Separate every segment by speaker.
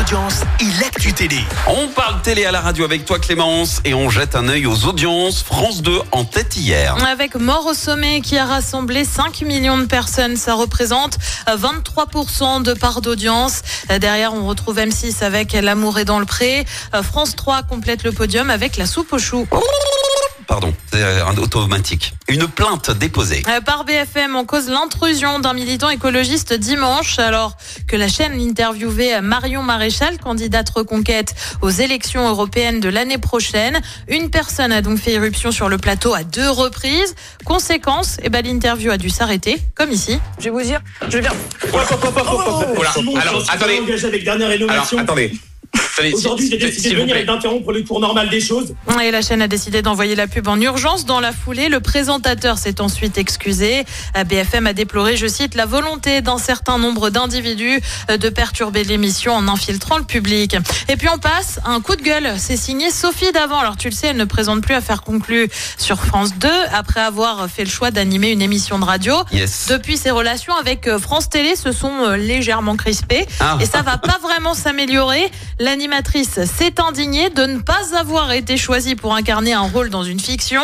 Speaker 1: audiences et l'actu télé.
Speaker 2: On parle télé à la radio avec toi Clémence et on jette un œil aux audiences. France 2 en tête hier.
Speaker 3: Avec Mort au sommet qui a rassemblé 5 millions de personnes, ça représente euh, 23% de part d'audience. Euh, Derrière, on retrouve M6 avec L'amour est dans le pré. Euh, France 3 complète le podium avec La soupe aux choux.
Speaker 2: Pardon, c'est un automatique. Une plainte déposée.
Speaker 3: Euh, Par BFM, on cause l'intrusion d'un militant écologiste dimanche, alors que la chaîne interviewait Marion Maréchal, candidate reconquête aux élections européennes de l'année prochaine. Une personne a donc fait irruption sur le plateau à deux reprises. Conséquence, eh ben, l'interview a dû s'arrêter, comme ici.
Speaker 4: Je vais vous dire, je vais faire.
Speaker 5: Oh,
Speaker 6: Oh,
Speaker 5: Voilà. Alors, attendez.
Speaker 6: engagé avec dernière
Speaker 5: Alors,
Speaker 6: rénovation.
Speaker 5: attendez. Attendez,
Speaker 6: Aujourd'hui, j'ai
Speaker 5: s'il-
Speaker 6: décidé
Speaker 5: s'il
Speaker 6: de
Speaker 5: vous
Speaker 6: venir
Speaker 5: plaît.
Speaker 6: et d'interrompre le cours normal des choses.
Speaker 3: Et la chaîne a décidé d'envoyer la pub en urgence. Dans la foulée, le présentateur s'est ensuite excusé. Euh, BFM a déploré, je cite, la volonté d'un certain nombre d'individus euh, de perturber l'émission en infiltrant le public. Et puis on passe à un coup de gueule. C'est signé Sophie d'avant. Alors tu le sais, elle ne présente plus Affaire conclue sur France 2 après avoir fait le choix d'animer une émission de radio.
Speaker 2: Yes.
Speaker 3: Depuis, ses relations avec euh, France Télé se sont euh, légèrement crispées
Speaker 2: Ah.
Speaker 3: et ça va pas vraiment s'améliorer. L'animatrice s'est indignée de ne pas avoir été choisie pour incarner un rôle dans une fiction.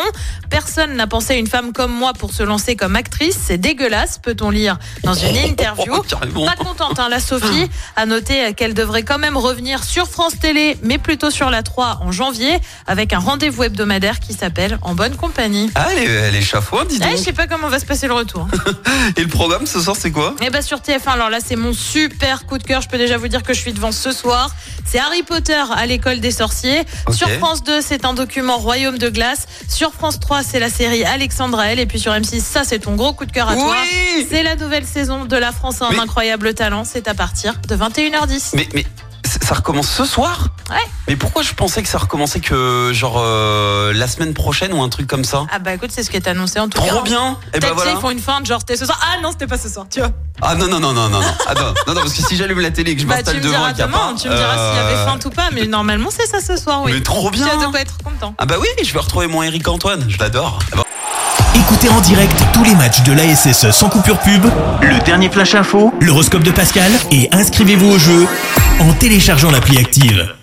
Speaker 3: Personne n'a pensé à une femme comme moi pour se lancer comme actrice. C'est dégueulasse, peut-on lire dans une interview.
Speaker 2: Oh, carrément.
Speaker 3: Pas contente, hein, la Sophie. À noter qu'elle devrait quand même revenir sur France Télé, mais plutôt sur la 3 en janvier, avec un rendez-vous hebdomadaire qui s'appelle En bonne compagnie.
Speaker 2: Ah, elle est, elle est chafouin, dis
Speaker 3: Eh, je
Speaker 2: donc.
Speaker 3: sais pas comment va se passer le retour.
Speaker 2: Et le programme ce soir, c'est quoi
Speaker 3: Et bah sur TF1, alors là c'est mon super coup de cœur, je peux déjà vous dire que je suis devant ce soir. C'est Harry Potter à l'école des sorciers.
Speaker 2: Ok.
Speaker 3: Sur France 2, c'est un document Royaume de glace. Sur France 3, c'est la série Alexandra L. Et puis sur M6, ça c'est ton gros coup de cœur à toi.
Speaker 2: Oui
Speaker 3: C'est la nouvelle saison de La France a un
Speaker 2: Mais-
Speaker 3: incroyable talent. C'est à partir de 21h10.
Speaker 2: Mais, mais c- ça recommence ce soir
Speaker 3: Ouais.
Speaker 2: Mais pourquoi je pensais que ça recommençait que, genre, euh, la semaine prochaine ou un truc comme ça
Speaker 3: Ah bah écoute, c'est ce qui est annoncé en tout cas.
Speaker 2: Trop bien Et ben
Speaker 3: Peut-être tu sais,
Speaker 2: voilà.
Speaker 3: ils font une feinte, genre c'était ce soir. Ah non, c'était pas ce soir, tu vois.
Speaker 2: Ah non, non, non, non, non. non. Ah, non, non, non, parce que si j'allume la télé et que je
Speaker 3: Bah tu
Speaker 2: m'installe
Speaker 3: me
Speaker 2: devant
Speaker 3: diras
Speaker 2: et qu'il y a
Speaker 3: demain,
Speaker 2: pas,
Speaker 3: tu me diras s'il y avait
Speaker 2: euh,
Speaker 3: feinte ou pas. Mais normalement, c'est ça ce soir, oui.
Speaker 2: Mais trop
Speaker 3: Tu
Speaker 2: bien
Speaker 3: as de quoi être content.
Speaker 2: Ah bah oui, je vais retrouver mon Eric Antoine, je l'adore. Ah, bah,
Speaker 1: Écoutez en direct tous les matchs de l'ASSE sans coupure pub,
Speaker 7: Le dernier flash info
Speaker 1: l'horoscope de Pascal et inscrivez-vous au jeu en téléchargeant l'appli active.